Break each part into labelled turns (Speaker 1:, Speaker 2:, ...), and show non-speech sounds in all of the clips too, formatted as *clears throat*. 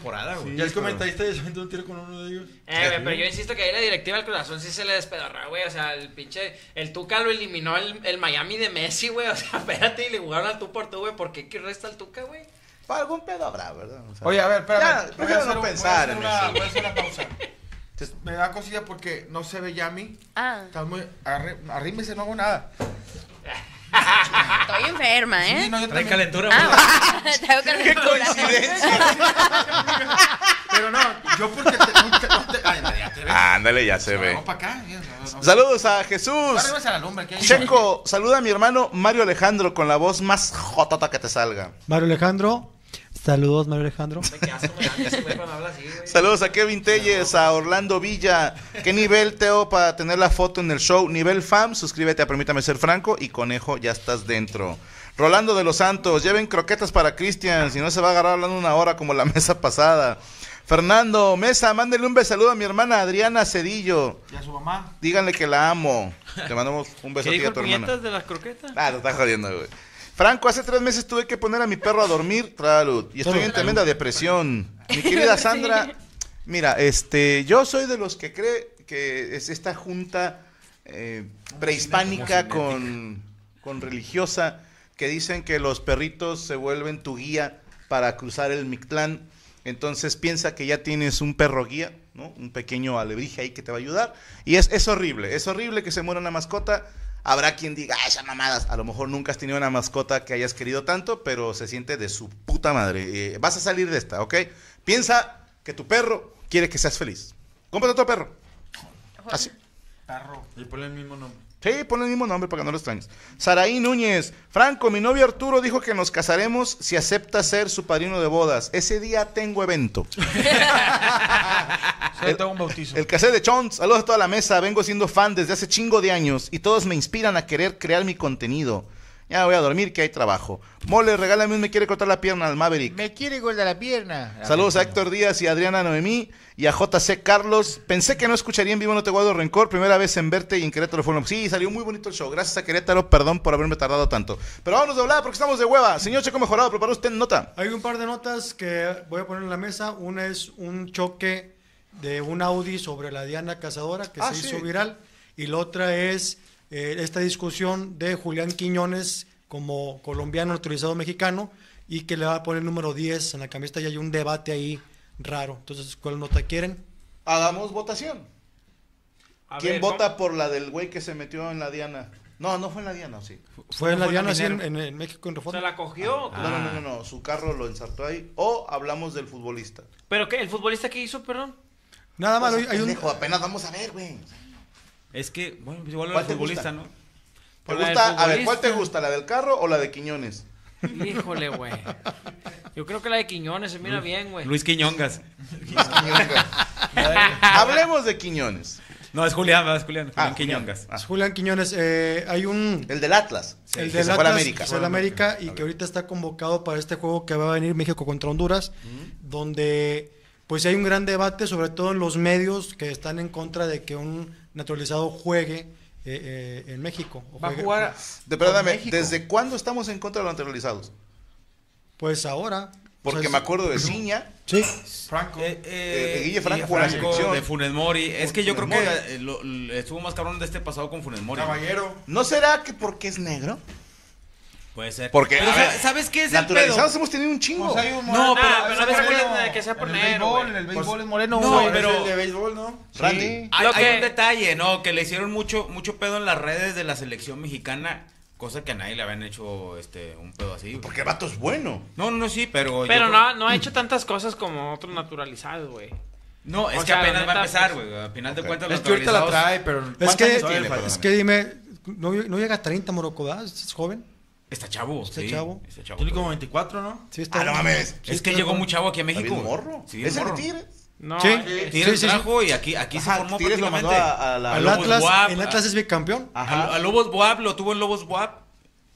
Speaker 1: temporada, güey.
Speaker 2: Sí,
Speaker 1: ¿Ya les
Speaker 2: pero-
Speaker 1: comentaste de solamente un tiro con uno de ellos?
Speaker 3: Eh, güey, pero yo insisto que ahí la directiva del Cruz Azul sí se le despedorró, güey. O sea, el pinche. El Tuca lo eliminó el, el Miami de Messi, güey. *laughs* O sea, espérate, y le jugaron al tú por tú, güey. ¿Por qué que resta el Tuca, güey?
Speaker 2: Para algún pedo habrá, ¿verdad? O sea,
Speaker 1: Oye, a ver,
Speaker 2: Ya,
Speaker 1: espérame.
Speaker 2: prefiero no
Speaker 1: un-
Speaker 2: pensar en
Speaker 1: voy a hacer una,
Speaker 2: eso.
Speaker 1: voy a hacer una pausa. Me da cosilla porque no se ve Yami.
Speaker 4: Ah,
Speaker 1: Estás muy. arre- arrímese, no hago nada.
Speaker 4: estoy enferma,
Speaker 1: Sí,
Speaker 4: ¿eh?
Speaker 1: no, yo
Speaker 5: Trae
Speaker 1: también.
Speaker 5: calentura, güey.
Speaker 4: Ah, *laughs* tengo que
Speaker 1: Pero no, yo porque te. no te- no te- ay, no, ya te ves.
Speaker 2: Ándale, ya se ve.
Speaker 1: Pues, Vamos para acá. ya, ya, vamos.
Speaker 2: Saludos a Jesús.
Speaker 1: Arriba a la lumbre. aquí hay-
Speaker 2: Checo, saluda a mi hermano Mario Alejandro con la voz más jotota que te salga.
Speaker 6: Mario Alejandro. Saludos, Mario Alejandro.
Speaker 3: Me quedas como grande ese güey cuando habla así, güey.
Speaker 2: Saludos a Kevin Telles, a Orlando Villa. ¿Qué nivel, Teo, para tener la foto en el show? Nivel fam, suscríbete a Permítame Ser Franco y Conejo, ya estás dentro. Rolando de los Santos, lleven croquetas para Cristian, si no se va a agarrar hablando una hora como la *laughs* mesa pasada. Fernando Mesa, mándele un besaludo a mi hermana Adriana Cedillo.
Speaker 1: Y a su mamá.
Speaker 2: Díganle que la amo. Te mandamos un
Speaker 5: ¿Qué
Speaker 2: beso a ti y
Speaker 5: dijo
Speaker 2: a
Speaker 5: el
Speaker 2: tu hermana.
Speaker 5: puñetas de las croquetas?
Speaker 2: Ah, lo está jodiendo, güey. Franco, hace tres meses tuve que poner a mi perro a dormir, Tralud, y estoy en tremenda depresión. Mi querida Sandra, mira, este, yo soy de los que cree que es esta junta eh, prehispánica con, con religiosa que dicen que los perritos se vuelven tu guía para cruzar el Mictlán. Entonces piensa que ya tienes un perro guía, ¿no? Un pequeño alebrije ahí que te va a ayudar. Y es, es horrible, es horrible que se muera una mascota. Habrá quien diga, "Ah, esas mamadas. A lo mejor nunca has tenido una mascota que hayas querido tanto, pero se siente de su puta madre. Eh, vas a salir de esta, ¿ok? Piensa que tu perro quiere que seas feliz. Cómprate otro perro. Así.
Speaker 1: Tarro. Y ponle el mismo nombre.
Speaker 2: Sí, ponle el mismo nombre para que no lo extrañes. Saraí Núñez. Franco, mi novio Arturo dijo que nos casaremos si acepta ser su padrino de bodas. Ese día tengo evento.
Speaker 1: Solo tengo un bautizo.
Speaker 2: El cassette de Chons, saludos a toda la mesa. Vengo siendo fan desde hace chingo de años y todos me inspiran a querer crear mi contenido. Ya voy a dormir que hay trabajo. Mole, regálame un me quiere cortar la pierna al Maverick.
Speaker 7: Me quiere gorda la
Speaker 5: Ah,
Speaker 7: pierna.
Speaker 2: Saludos a Héctor Díaz y a Adriana Noemí y a JC Carlos. Pensé que no escucharía en vivo No Te Guardo Rencor. Primera vez en verte y en Querétaro fue un- Sí, salió muy bonito el show. Gracias a Querétaro, perdón por haberme tardado tanto. Pero vámonos de hablar porque estamos de hueva. Señor Checo Mejorado, prepara usted nota.
Speaker 6: Hay un par de notas que voy a poner en la mesa. Una es un choque de un Audi sobre la Diana Cazadora que
Speaker 2: Ah,
Speaker 6: se
Speaker 2: sí.
Speaker 6: hizo viral. Y la otra es eh, esta discusión de Julián Quiñones como colombiano naturalizado mexicano y que le va a poner el número 10 en la camiseta y hay un debate ahí raro. Entonces, ¿cuál nota quieren?
Speaker 2: Hagamos votación.
Speaker 5: A
Speaker 2: ¿Quién
Speaker 5: ver,
Speaker 2: vota por la del güey que se metió en la Diana? No, no fue en la Diana, sí.
Speaker 6: Fue en la
Speaker 5: fue
Speaker 6: Diana sí, en,
Speaker 5: Minero?
Speaker 6: en- en México en
Speaker 5: ¿cómo? ¿Se
Speaker 6: Reforma.
Speaker 5: la cogió? o cómo?
Speaker 2: No, no, no, no, no, su carro lo ensartó ahí. O hablamos del futbolista.
Speaker 5: ¿Pero qué? ¿El futbolista qué hizo, perdón?
Speaker 6: Nada más,
Speaker 2: Pues,
Speaker 6: hay un,
Speaker 2: pendejo, apenas vamos a ver, güey.
Speaker 5: Es que, bueno, pues igual
Speaker 2: ¿Cuál
Speaker 5: el
Speaker 2: te
Speaker 5: futbolista,
Speaker 2: gusta?
Speaker 5: ¿no?
Speaker 2: ¿Te
Speaker 5: Por la del
Speaker 2: gusta? A ver, ¿cuál
Speaker 5: futbolista.
Speaker 2: te gusta? ¿La del carro o la de
Speaker 5: *laughs*
Speaker 2: Quiñones?
Speaker 3: Híjole, güey. Yo creo que la de Quiñones se mira bien, güey.
Speaker 5: Luis Quiñongas.
Speaker 2: Hablemos de Quiñones.
Speaker 5: No, es Julián, ¿verdad? Es Julián.
Speaker 2: Ah,
Speaker 5: Julián Quiñongas.
Speaker 2: Julián. Ah,
Speaker 6: Julián Quiñones, eh, hay un...
Speaker 2: el del Atlas.
Speaker 6: el
Speaker 2: que
Speaker 6: de
Speaker 2: se fue a la
Speaker 6: Atlas,
Speaker 2: América.
Speaker 6: que se fue a la América y que ahorita está convocado para este juego que va a venir México contra Honduras, donde pues hay un gran debate, sobre todo en los medios que están en contra de que un naturalizado juegue eh, eh, en México. o
Speaker 1: Va a
Speaker 6: juegue-
Speaker 1: jugar. a-
Speaker 2: De- perdóname,
Speaker 1: con México.
Speaker 2: ¿desde cuándo estamos en contra de los naturalizados?
Speaker 6: Pues ahora.
Speaker 2: Porque
Speaker 6: o sea,
Speaker 5: Pues,
Speaker 2: me acuerdo de Ciña.
Speaker 6: Sí,
Speaker 1: Franco.
Speaker 5: Eh, eh,
Speaker 2: Eh, Guille Franco en la selección.
Speaker 5: de Funes Mori. Es que yo
Speaker 2: Funes
Speaker 5: creo que eh, lo- lo- estuvo más cabrón de este pasado con Funes Mori.
Speaker 1: Caballero.
Speaker 2: ¿No será que porque es negro?
Speaker 5: Puede ser.
Speaker 2: Porque,
Speaker 5: Pero
Speaker 2: a
Speaker 5: sa-
Speaker 2: ver,
Speaker 5: ¿sabes qué es el pedo?
Speaker 2: naturalizados hemos tenido un chingo.
Speaker 1: Pues hay un
Speaker 5: No, pero-
Speaker 1: hay
Speaker 5: pero
Speaker 1: un
Speaker 5: no te
Speaker 1: moreno.
Speaker 5: acuerdas de que sea por
Speaker 1: En el
Speaker 5: negro,
Speaker 1: béisbol,
Speaker 5: güey.
Speaker 1: en el béisbol es moreno.
Speaker 5: No,
Speaker 1: güey.
Speaker 5: pero-
Speaker 1: Es el de béisbol, ¿no?
Speaker 2: Randy.
Speaker 5: Hay,
Speaker 3: Lo
Speaker 5: hay
Speaker 3: que-
Speaker 5: un detalle, ¿no? Que le hicieron mucho, mucho pedo en las redes de la selección mexicana, cosa que a nadie le habían hecho este, un pedo así. güey.
Speaker 2: Porque el vato es bueno.
Speaker 5: No, no, no, sí, pero.
Speaker 3: *laughs*
Speaker 5: yo
Speaker 3: Pero
Speaker 5: creo-
Speaker 3: no, no ha hecho tantas cosas como otros naturalizados, güey.
Speaker 5: No, es
Speaker 3: o
Speaker 5: que
Speaker 3: sea,
Speaker 5: apenas
Speaker 3: la
Speaker 5: va a
Speaker 3: neta,
Speaker 5: empezar,
Speaker 3: pues-
Speaker 5: güey. Al final
Speaker 2: Ok.
Speaker 5: de cuentas,
Speaker 1: Es
Speaker 5: los
Speaker 1: que ahorita la
Speaker 5: naturalizados-
Speaker 1: trae, pero.
Speaker 6: es
Speaker 2: ¿Cuántos
Speaker 6: que,
Speaker 2: años tiene,
Speaker 6: es
Speaker 2: perdóname?
Speaker 6: que dime, no, no llega a 30, Morocco, ¿verdad? ¿Es joven?
Speaker 5: Está chavo.
Speaker 6: Está
Speaker 5: sí,
Speaker 6: chavo.
Speaker 5: Está chavo.
Speaker 8: Tiene como 24, ¿no?
Speaker 6: Sí, está-
Speaker 2: Ah, no mames.
Speaker 6: Sí,
Speaker 5: Es
Speaker 6: está
Speaker 5: que llegó
Speaker 6: bien.
Speaker 5: muy chavo aquí a
Speaker 2: Está
Speaker 5: México.
Speaker 2: bien morro.
Speaker 5: Sí, bien
Speaker 2: es el
Speaker 5: morro.
Speaker 2: Tigres.
Speaker 3: No,
Speaker 6: Sí.
Speaker 3: eh,
Speaker 5: Tigres
Speaker 6: Sí, sí, sí.
Speaker 5: trajo y aquí, aquí se
Speaker 2: Ajá,
Speaker 5: formó
Speaker 2: Tigres lo mandó
Speaker 5: prácticamente.
Speaker 2: a, a la.
Speaker 5: A
Speaker 6: Al
Speaker 5: Lobos
Speaker 6: Atlas,
Speaker 5: Guap,
Speaker 6: el
Speaker 5: a-
Speaker 6: Atlas es bicampeón.
Speaker 2: Ajá.
Speaker 5: A, a Lobos Buap lo tuvo en Lobos Buap.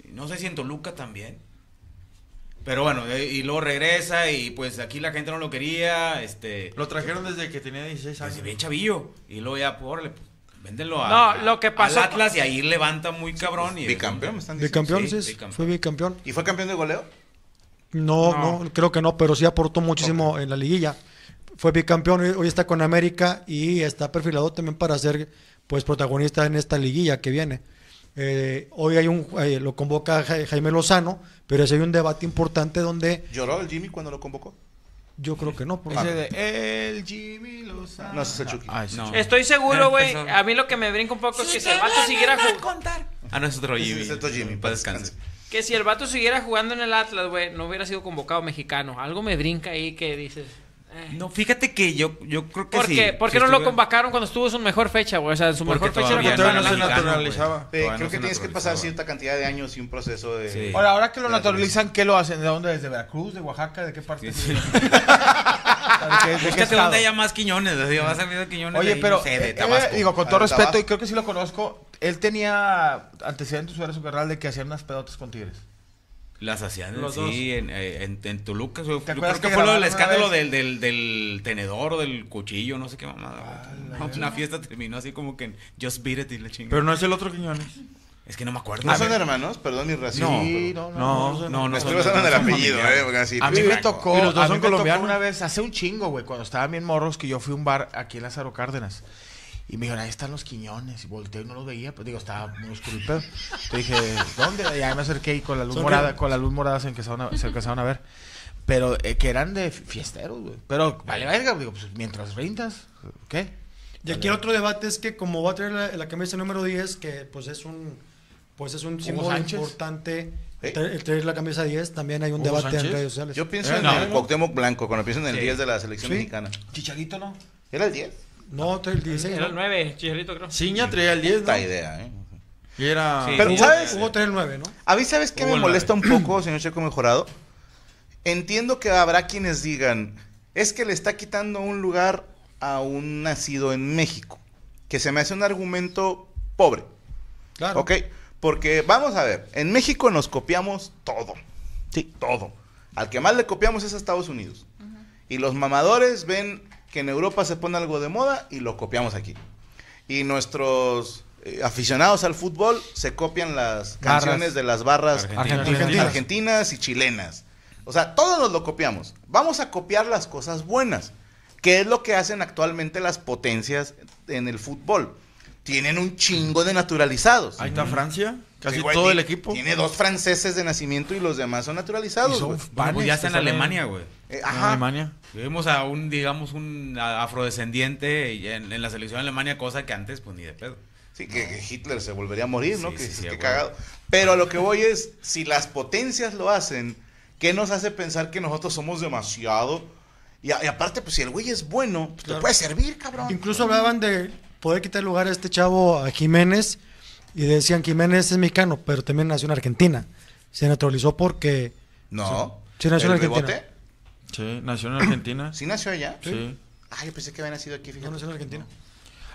Speaker 5: No sé si en Toluca también. Pero bueno, eh, y luego regresa y pues aquí la gente no lo quería. Este.
Speaker 8: Lo trajeron desde que tenía 16 años.
Speaker 5: Pues bien chavillo. Y luego ya, pues, órale, pues, véndelo a,
Speaker 3: No, lo que pasó-
Speaker 5: al Atlas y ahí levanta muy cabrón.
Speaker 2: pues,
Speaker 5: Y
Speaker 2: Bicampeón, me están diciendo.
Speaker 6: Bicampeón,
Speaker 5: Sí,
Speaker 6: sí, es-
Speaker 5: bicampeón.
Speaker 6: fue bicampeón.
Speaker 2: ¿Y fue campeón de goleo?
Speaker 6: No,
Speaker 3: No.
Speaker 6: no, creo que no, pero sí aportó muchísimo en la liguilla. Fue bicampeón, hoy- hoy está con América y está perfilado también para ser pues protagonista en esta liguilla que viene. Eh, hoy hay un eh, lo convoca Ja- Jaime Lozano, pero ese hay un debate importante donde
Speaker 2: ¿Lloró el Jimmy cuando lo convocó? Ah,
Speaker 6: yo creo que no. porque-
Speaker 8: Ese de el Jimmy Lozano.
Speaker 2: No, ese es el Chucky.
Speaker 8: Ah, ese
Speaker 5: No.
Speaker 3: Estoy seguro, güey.
Speaker 5: Empezó.
Speaker 3: A mí lo que me brinca un poco es que si el vato siguiera jugando.
Speaker 5: Ah, no, es otro
Speaker 2: Ese
Speaker 5: Jimmy.
Speaker 2: es otro Jimmy,
Speaker 5: Para
Speaker 2: paz
Speaker 5: descanse.
Speaker 3: Que si el vato siguiera jugando en el Atlas, güey, no hubiera sido convocado mexicano. Algo me brinca ahí que dices. eh.
Speaker 5: No, fíjate que yo, yo creo que
Speaker 3: ¿Por
Speaker 5: sí.
Speaker 3: qué? ¿Por
Speaker 5: sí
Speaker 3: qué no lo
Speaker 5: estuve-
Speaker 3: convocaron cuando estuvo en su mejor fecha, güey? O sea, en su
Speaker 5: Porque
Speaker 3: mejor fecha
Speaker 5: todavía
Speaker 8: Porque
Speaker 3: era
Speaker 8: todavía no pues.
Speaker 3: contra
Speaker 8: se
Speaker 3: el Atlas.
Speaker 5: mexicano,
Speaker 8: naturalizaba.
Speaker 2: Sí,
Speaker 5: Todavía no
Speaker 2: Eh, creo que
Speaker 5: se
Speaker 2: tienes que pasar
Speaker 5: naturalizaba.
Speaker 2: cierta cantidad de años y un proceso de.
Speaker 5: Sí.
Speaker 8: Ahora, ahora que lo
Speaker 2: de naturalización.
Speaker 8: naturalizan, ¿qué lo hacen? ¿De dónde? ¿Desde Veracruz? ¿De Oaxaca? ¿De qué parte?
Speaker 5: Sí, sí.
Speaker 8: ¿De
Speaker 5: *laughs*
Speaker 8: qué- de qué
Speaker 5: Búscate
Speaker 8: estado?
Speaker 5: donde haya más Quiñones. Así, vas a ver Quiñones.
Speaker 8: Oye,
Speaker 5: ahí,
Speaker 8: pero
Speaker 5: no sé, de
Speaker 8: eh,
Speaker 5: Tabasco.
Speaker 8: eh, digo, con
Speaker 2: Ah,
Speaker 8: todo
Speaker 2: de
Speaker 8: respeto,
Speaker 2: Tabasco.
Speaker 8: y creo que sí lo conozco, él tenía antecedentes su era su carnal de que hacían unas pedotas con tigres.
Speaker 5: Las hacían
Speaker 8: Los dos.
Speaker 5: sí, en, eh, en, en Toluca. Yo, yo
Speaker 8: acuerdas
Speaker 5: creo que,
Speaker 8: que
Speaker 5: fue lo
Speaker 8: grabaron
Speaker 5: del
Speaker 8: una
Speaker 5: escándalo
Speaker 8: vez?
Speaker 5: del, del, del tenedor o del cuchillo, no sé qué mamada.
Speaker 8: Ah,
Speaker 5: güey. una fiesta terminó así como que en Just Beat It y la chingada.
Speaker 8: Pero no es el otro Quiñones.
Speaker 5: es que no me acuerdo.
Speaker 2: ¿No
Speaker 5: A
Speaker 2: son
Speaker 5: ver.
Speaker 2: hermanos? Perdón mi racismo.
Speaker 8: Sí,
Speaker 2: pero-
Speaker 8: no, no.
Speaker 5: No, no, no.
Speaker 2: Me estoy
Speaker 5: son-
Speaker 2: basando en
Speaker 5: no
Speaker 2: el
Speaker 5: son
Speaker 2: apellido,
Speaker 5: familiares.
Speaker 2: eh, porque así-
Speaker 8: A mí me
Speaker 2: Franco.
Speaker 8: tocó, Y los dos a mí son me tocó colombianos. una vez, hace un chingo, güey, cuando estaban bien morros, que yo fui a un bar aquí en Lázaro Cárdenas. Y me dijeron, ahí están los quiñones. Y volteé y no los veía. Pues digo, estaba muy oscuro el pedo. Te dije, ¿dónde? Y ahí me acerqué y con la luz
Speaker 6: Son
Speaker 8: morada,
Speaker 6: ríos.
Speaker 8: con la luz morada se empezaron a, se alcanzaron a ver. Pero eh, que eran de fiesteros, güey. Pero vale verga, digo, pues mientras rindas, ¿qué?
Speaker 6: Y aquí el otro debate es que como va a traer la, la camisa número 10, que pues es un pues es un símbolo
Speaker 8: Sánchez?
Speaker 6: importante
Speaker 2: ¿Eh?
Speaker 6: el tra- el traer la camisa 10, también hay un
Speaker 8: ¿Hugo
Speaker 6: debate
Speaker 8: Sánchez?
Speaker 6: en redes sociales.
Speaker 2: Yo pienso
Speaker 8: Eh,
Speaker 2: en
Speaker 8: no.
Speaker 2: el Cuauhtémoc Blanco, cuando pienso en el
Speaker 5: Sí.
Speaker 2: 10 de la selección
Speaker 6: Sí.
Speaker 2: mexicana.
Speaker 8: Chicharito, ¿no?
Speaker 2: ¿Era el 10?
Speaker 6: no, trae el 16.
Speaker 3: Era el
Speaker 6: ¿no?
Speaker 3: 9, Chicharito, creo.
Speaker 8: Ciña traía el 10,
Speaker 2: Esta idea, ¿eh?
Speaker 8: Y era...
Speaker 5: Sí.
Speaker 2: Pero,
Speaker 5: sí,
Speaker 2: ¿sabes?
Speaker 6: Hugo trae el 9, ¿no?
Speaker 2: A mí, ¿sabes qué
Speaker 5: Hubo
Speaker 2: me
Speaker 5: el
Speaker 2: molesta un poco, señor Checo Mejorado? Entiendo que habrá quienes digan, es que le está quitando un lugar a un nacido en México, que se me hace un argumento pobre,
Speaker 6: Claro.
Speaker 2: ¿ok? Porque vamos a ver, en México nos copiamos todo, sí, todo. Al que más le copiamos es a Estados Unidos. Y los mamadores ven que en Europa se pone algo de moda y lo copiamos aquí. Y nuestros eh, aficionados al fútbol se copian las
Speaker 8: Barras.
Speaker 2: canciones de las barras
Speaker 8: Argentinos.
Speaker 2: argentinas. argentinas y chilenas. O sea, todos nos lo copiamos. Vamos a copiar las cosas buenas, que es lo que hacen actualmente las potencias en el fútbol. Tienen un chingo de naturalizados.
Speaker 8: Ahí está Francia. Casi
Speaker 2: Sí, güey,
Speaker 8: todo
Speaker 2: ti-
Speaker 8: el equipo.
Speaker 2: Tiene dos franceses de nacimiento y los demás son naturalizados.
Speaker 8: Y son
Speaker 2: güey.
Speaker 5: Bueno, pues ya
Speaker 8: Panes,
Speaker 5: está en
Speaker 8: que salen-
Speaker 5: Alemania, güey.
Speaker 2: Eh,
Speaker 8: En
Speaker 2: ajá.
Speaker 8: Alemania.
Speaker 5: Vivimos a un, digamos, un a- afrodescendiente y en, en la selección de Alemania, cosa que antes, pues ni de pedo.
Speaker 2: Sí, que, que Hitler se volvería a morir, ¿no?
Speaker 5: Sí,
Speaker 2: que
Speaker 5: sí, sí,
Speaker 2: qué
Speaker 5: a huevo.
Speaker 2: cagado. Pero a lo que voy es, si las potencias lo hacen, ¿qué nos hace pensar que nosotros somos demasiado? Y, a- y aparte, pues si el güey es bueno, pues, te puede servir, cabrón.
Speaker 6: Incluso hablaban de poder quitar lugar a este chavo a Jiménez y decían Jiménez es mexicano, pero también nació en Argentina. Se naturalizó porque
Speaker 2: No.
Speaker 6: Sí, nació en
Speaker 2: ¿El
Speaker 6: Argentina.
Speaker 2: Bebote?
Speaker 8: Sí, nació en Argentina.
Speaker 2: ¿Sí nació allá?
Speaker 8: Sí.
Speaker 2: Ah, yo pensé que había nacido aquí,
Speaker 6: no
Speaker 2: fíjate.
Speaker 6: nació en Argentina.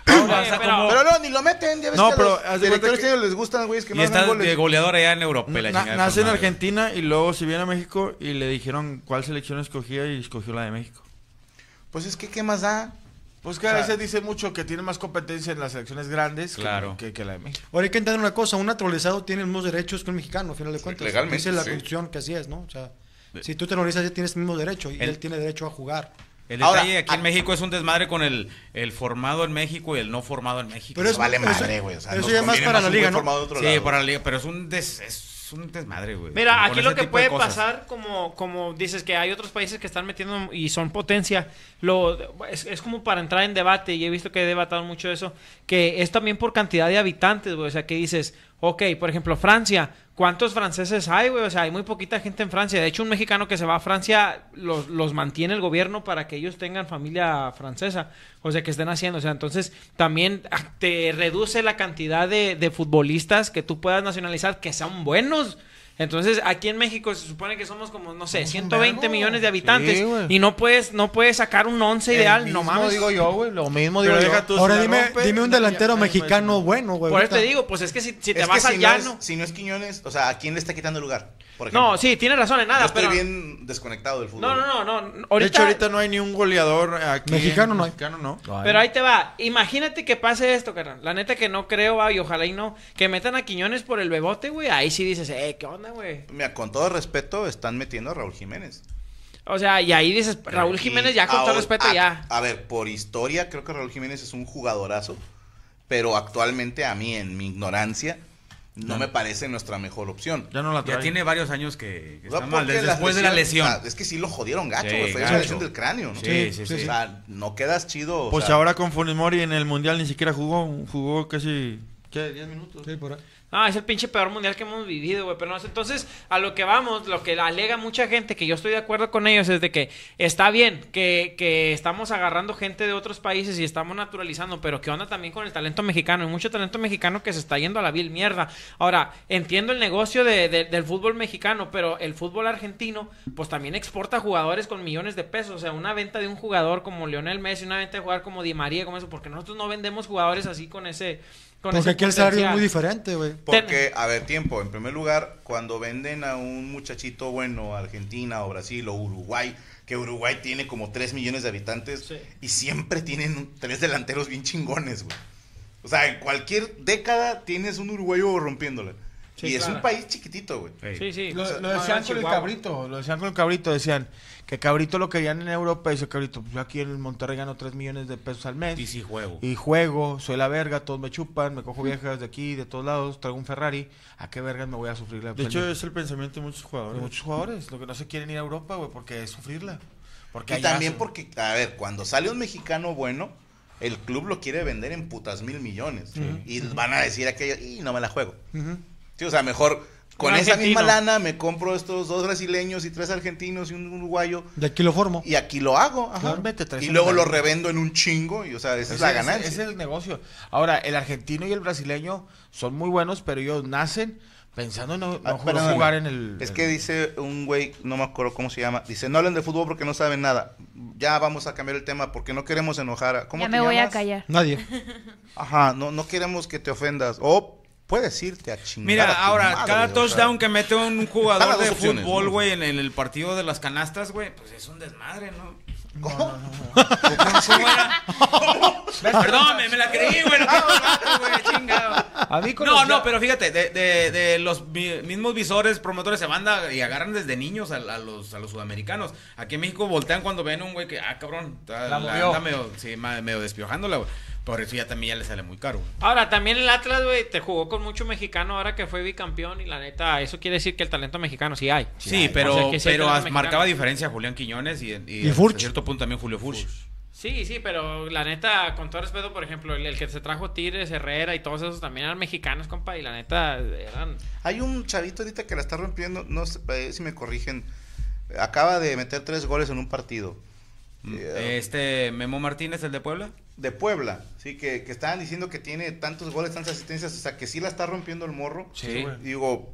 Speaker 3: Oye, pero-
Speaker 2: Pero no, ni lo meten, ya ves
Speaker 8: No,
Speaker 2: que a
Speaker 8: pero
Speaker 2: los
Speaker 8: haz de
Speaker 2: directores
Speaker 8: cuenta que-
Speaker 2: que... les gustan, güey, es que
Speaker 5: y
Speaker 2: no
Speaker 5: está
Speaker 2: hagan
Speaker 5: de
Speaker 2: goles.
Speaker 5: goleador allá en Europa. y la
Speaker 8: Na-
Speaker 5: chingada,
Speaker 8: nace en
Speaker 5: pues, madre.
Speaker 8: Argentina y luego se viene a México y le dijeron cuál selección escogía y escogió la de México.
Speaker 2: Pues es que, ¿qué más da?
Speaker 8: Pues que
Speaker 2: O
Speaker 8: a
Speaker 2: sea-
Speaker 8: veces dice mucho que tiene más competencia en las selecciones grandes que-
Speaker 5: Claro.
Speaker 8: que, que la de México.
Speaker 6: Ahora hay que entender una cosa, un naturalizado tiene los mismos derechos que un mexicano, al final de cuentas.
Speaker 2: legalmente,
Speaker 6: Dice la
Speaker 2: sí.
Speaker 6: constitución que así es, ¿no? O sea, si tú te naturalizas ya tienes el mismo derecho y
Speaker 5: El-
Speaker 6: él tiene derecho a jugar.
Speaker 5: El
Speaker 2: Ahora,
Speaker 5: detalle aquí en
Speaker 2: a-
Speaker 5: México es un desmadre con el, el formado en México y el no formado en México.
Speaker 6: Pero es-
Speaker 2: Nos vale
Speaker 6: eso-
Speaker 2: madre, güey. O sea,
Speaker 6: eso
Speaker 2: nos
Speaker 6: ya es más
Speaker 2: conviene
Speaker 6: para la
Speaker 2: un
Speaker 6: liga,
Speaker 2: güey
Speaker 6: ¿no?
Speaker 2: formado de otro
Speaker 5: sí,
Speaker 2: lado.
Speaker 5: para la liga, pero es un, des- es un desmadre, güey.
Speaker 3: Mira,
Speaker 5: Con
Speaker 3: aquí
Speaker 5: ese
Speaker 3: lo que
Speaker 5: tipo
Speaker 3: puede
Speaker 5: de cosas.
Speaker 3: pasar, como, como dices que hay otros países que están metiendo y son potencia, lo, es, es como para entrar en debate, y he visto que he debatido mucho eso, que es también por cantidad de habitantes, güey. O sea, que dices, ok, por ejemplo, Francia, ¿cuántos franceses hay, güey? O sea, hay muy poquita gente en Francia. De hecho, un mexicano que se va a Francia los, los mantiene el gobierno para que ellos tengan familia francesa, o sea, que estén haciendo. O sea, entonces también ah, te reduce la cantidad de, de futbolistas que tú puedas nacionalizar que sean buenos. Entonces, aquí en México se supone que somos como, no sé, 120 millones de habitantes.
Speaker 8: Sí, güey.
Speaker 3: y no puedes, no puedes sacar un 11 ideal, no mames.
Speaker 8: digo yo, güey. Lo mismo digo
Speaker 5: Pero
Speaker 8: yo.
Speaker 5: deja tú,
Speaker 6: Ahora
Speaker 5: si la
Speaker 6: dime,
Speaker 5: rompe,
Speaker 6: dime un
Speaker 5: no, ya,
Speaker 6: delantero
Speaker 5: nadie puede decir
Speaker 6: mexicano
Speaker 5: nada.
Speaker 6: bueno, güey.
Speaker 3: Por eso
Speaker 6: ahorita.
Speaker 3: te digo, pues es que si, si te
Speaker 2: Es que
Speaker 3: vas
Speaker 2: si,
Speaker 3: al
Speaker 2: no es,
Speaker 3: llano.
Speaker 2: si no es Quiñones, o sea, ¿a quién le está quitando el lugar? Por ejemplo,
Speaker 3: No, sí, tiene razón en
Speaker 2: Yo
Speaker 3: nada,
Speaker 2: estoy
Speaker 3: pero.
Speaker 2: bien desconectado del fútbol.
Speaker 3: No, no, no, no.
Speaker 5: De
Speaker 3: Ahorita,
Speaker 5: hecho, ahorita no hay ni un goleador aquí.
Speaker 6: Mexicano no hay.
Speaker 5: Mexicano no.
Speaker 3: Pero ahí te va. Imagínate que pase esto, carnal. La neta que no creo, va, y ojalá y no. Que metan a Quiñones por el bebote, güey. Ahí sí dices, eh, ¿qué onda, güey?
Speaker 2: Mira, con todo respeto, están metiendo a Raúl Jiménez.
Speaker 3: O sea, y ahí dices, Raúl
Speaker 2: Y
Speaker 3: Jiménez, ya con todo
Speaker 2: ahora- ah,
Speaker 3: respeto,
Speaker 2: a-
Speaker 3: ya.
Speaker 2: A ver, por historia, creo que Raúl Jiménez es un jugadorazo. Pero actualmente, a mí, en mi ignorancia, no, me parece nuestra mejor opción.
Speaker 8: Ya no la
Speaker 5: Ya
Speaker 8: trae.
Speaker 5: tiene varios años que, que
Speaker 2: No,
Speaker 5: está mal.
Speaker 2: porque
Speaker 5: Desde
Speaker 2: las
Speaker 5: después de la
Speaker 2: lesiones-
Speaker 5: lesión.
Speaker 2: o sea, es que sí lo jodieron gacho,
Speaker 5: Sí,
Speaker 2: güey. Fue
Speaker 5: gacho.
Speaker 2: una lesión del cráneo, ¿no?
Speaker 5: Sí, sí, sí.
Speaker 2: O sea, no quedas chido. o
Speaker 8: Pues
Speaker 2: sea,
Speaker 8: ahora con Funes Mori en el mundial ni siquiera jugó. Jugó casi. ¿Qué? ¿10 minutos?
Speaker 6: Sí, por ahí.
Speaker 3: Ah, es el pinche peor mundial que hemos vivido, güey. Pero no sé, entonces, a lo que vamos, lo que alega mucha gente, que yo estoy de acuerdo con ellos, es de que está bien que, que estamos agarrando gente de otros países y estamos naturalizando, pero ¿qué onda también con el talento mexicano? Hay mucho talento mexicano que se está yendo a la vil mierda. Ahora, entiendo el negocio de- de- del fútbol mexicano, pero el fútbol argentino, pues también exporta jugadores con millones de pesos. O sea, una venta de un jugador como Lionel Messi, una venta de jugador como Di María, como eso, porque nosotros no vendemos jugadores así con ese. Con
Speaker 6: Porque
Speaker 3: ese
Speaker 6: aquí el salario es
Speaker 3: potencial.
Speaker 6: muy diferente, güey.
Speaker 2: Porque, a ver, tiempo. En primer lugar, cuando venden a un muchachito bueno a Argentina o Brasil o Uruguay, que Uruguay tiene como 3 millones de habitantes
Speaker 3: Sí.
Speaker 2: y siempre tienen un- tres delanteros bien chingones, güey. O sea, en cualquier década tienes un uruguayo rompiéndola.
Speaker 3: Sí,
Speaker 2: y es
Speaker 3: claro.
Speaker 2: un país chiquitito, güey.
Speaker 5: Ey.
Speaker 3: Sí, sí.
Speaker 8: Lo, lo
Speaker 3: Ah,
Speaker 8: decían con el
Speaker 3: Chihuahua.
Speaker 8: cabrito, lo decían con el cabrito, decían que cabrito lo querían en Europa y dice cabrito, pues yo aquí en Monterrey gano 3 millones de pesos al mes.
Speaker 5: Y si juego.
Speaker 8: Y juego, soy la verga, todos me chupan, me cojo viejas de aquí, de todos lados, traigo un Ferrari, ¿a qué vergas me voy a sufrir la
Speaker 9: De hecho,
Speaker 8: pelea?
Speaker 9: es el pensamiento de muchos
Speaker 8: de
Speaker 9: jugadores.
Speaker 8: muchos jugadores, lo que no se quieren ir a Europa, güey, porque es sufrirla. Porque
Speaker 2: Y
Speaker 8: allá
Speaker 2: también
Speaker 8: se-
Speaker 2: porque, a ver, cuando sale un mexicano bueno, el club lo quiere vender en putas mil millones. Y van a decir aquello, y no me la juego. Sí, o sea, mejor con
Speaker 3: Un
Speaker 2: esa misma
Speaker 3: argentino.
Speaker 2: lana me compro estos dos brasileños y tres argentinos y un uruguayo
Speaker 6: De aquí lo formo.
Speaker 2: y aquí lo hago. ajá.
Speaker 8: Claro, vete, traes
Speaker 2: y
Speaker 8: un
Speaker 2: luego lo
Speaker 8: talento.
Speaker 2: revendo en un chingo y, o sea, esa es,
Speaker 8: Ese
Speaker 2: la
Speaker 8: es-
Speaker 2: ganancia.
Speaker 8: ese es el negocio. Ahora, el argentino y el brasileño son muy buenos, pero ellos nacen pensando en no,
Speaker 2: Ah,
Speaker 8: no
Speaker 2: perdóname.
Speaker 8: jugar en el...
Speaker 2: Es que dice un güey, no me acuerdo cómo se llama, dice, no hablen de fútbol porque no saben nada. Ya vamos a cambiar el tema porque no queremos enojar a... ¿Cómo
Speaker 4: Ya
Speaker 2: te
Speaker 4: me voy a
Speaker 2: llamas?
Speaker 4: callar.
Speaker 6: Nadie.
Speaker 2: Ajá, no, no queremos que te ofendas. O puedes irte a chingar.
Speaker 5: Mira,
Speaker 2: a tu
Speaker 5: ahora,
Speaker 2: madre, o
Speaker 5: cada
Speaker 2: sea.
Speaker 5: touchdown que mete
Speaker 2: *laughs*
Speaker 5: un
Speaker 2: Están
Speaker 5: jugador
Speaker 2: las
Speaker 5: de
Speaker 2: dos opciones,
Speaker 5: fútbol,
Speaker 2: ¿no?
Speaker 5: güey, en el partido de las canastas, güey, pues es un desmadre, ¿no?
Speaker 8: *laughs*
Speaker 5: ¿Cómo era? Perdón, me, me la creí, güey. no, güey, chingado.
Speaker 8: A mí con
Speaker 5: No,
Speaker 8: los-
Speaker 5: no, pero fíjate, de, de- de los mi- mismos visores, promotores de banda y agarran desde niños a, a los, a los sudamericanos. Aquí en México voltean cuando ven un güey que, ah, cabrón, la,
Speaker 8: movió.
Speaker 5: anda medio, sí, ma- medio despiojándola, güey. Por eso ya también ya le sale muy caro. güey.
Speaker 3: Ahora, también el Atlas, güey, te jugó con mucho mexicano ahora que fue bicampeón y la neta, eso quiere decir que el talento mexicano sí hay.
Speaker 5: Sí,
Speaker 3: hay.
Speaker 5: pero,
Speaker 3: O sea, que sí hay
Speaker 5: pero
Speaker 3: talento
Speaker 5: as-
Speaker 3: mexicano.
Speaker 5: marcaba diferencia Julián Quiñones y, y,
Speaker 6: Y Furch.
Speaker 5: hasta cierto punto también Julio Furch.
Speaker 3: Sí, sí, pero la neta, con todo respeto, por ejemplo, el, el que se trajo Tigres, Herrera y todos esos también eran mexicanos, compa, y la neta eran...
Speaker 2: Hay un chavito ahorita que la está rompiendo, no sé eh, si me corrigen. Acaba de meter tres goles en un partido.
Speaker 5: Mm.
Speaker 2: Eh,
Speaker 5: Este Memo Martínez, el de Puebla.
Speaker 2: De Puebla, sí, que, que estaban diciendo que tiene tantos goles, tantas asistencias, o sea, que sí la está rompiendo el morro.
Speaker 5: Sí.
Speaker 2: Digo,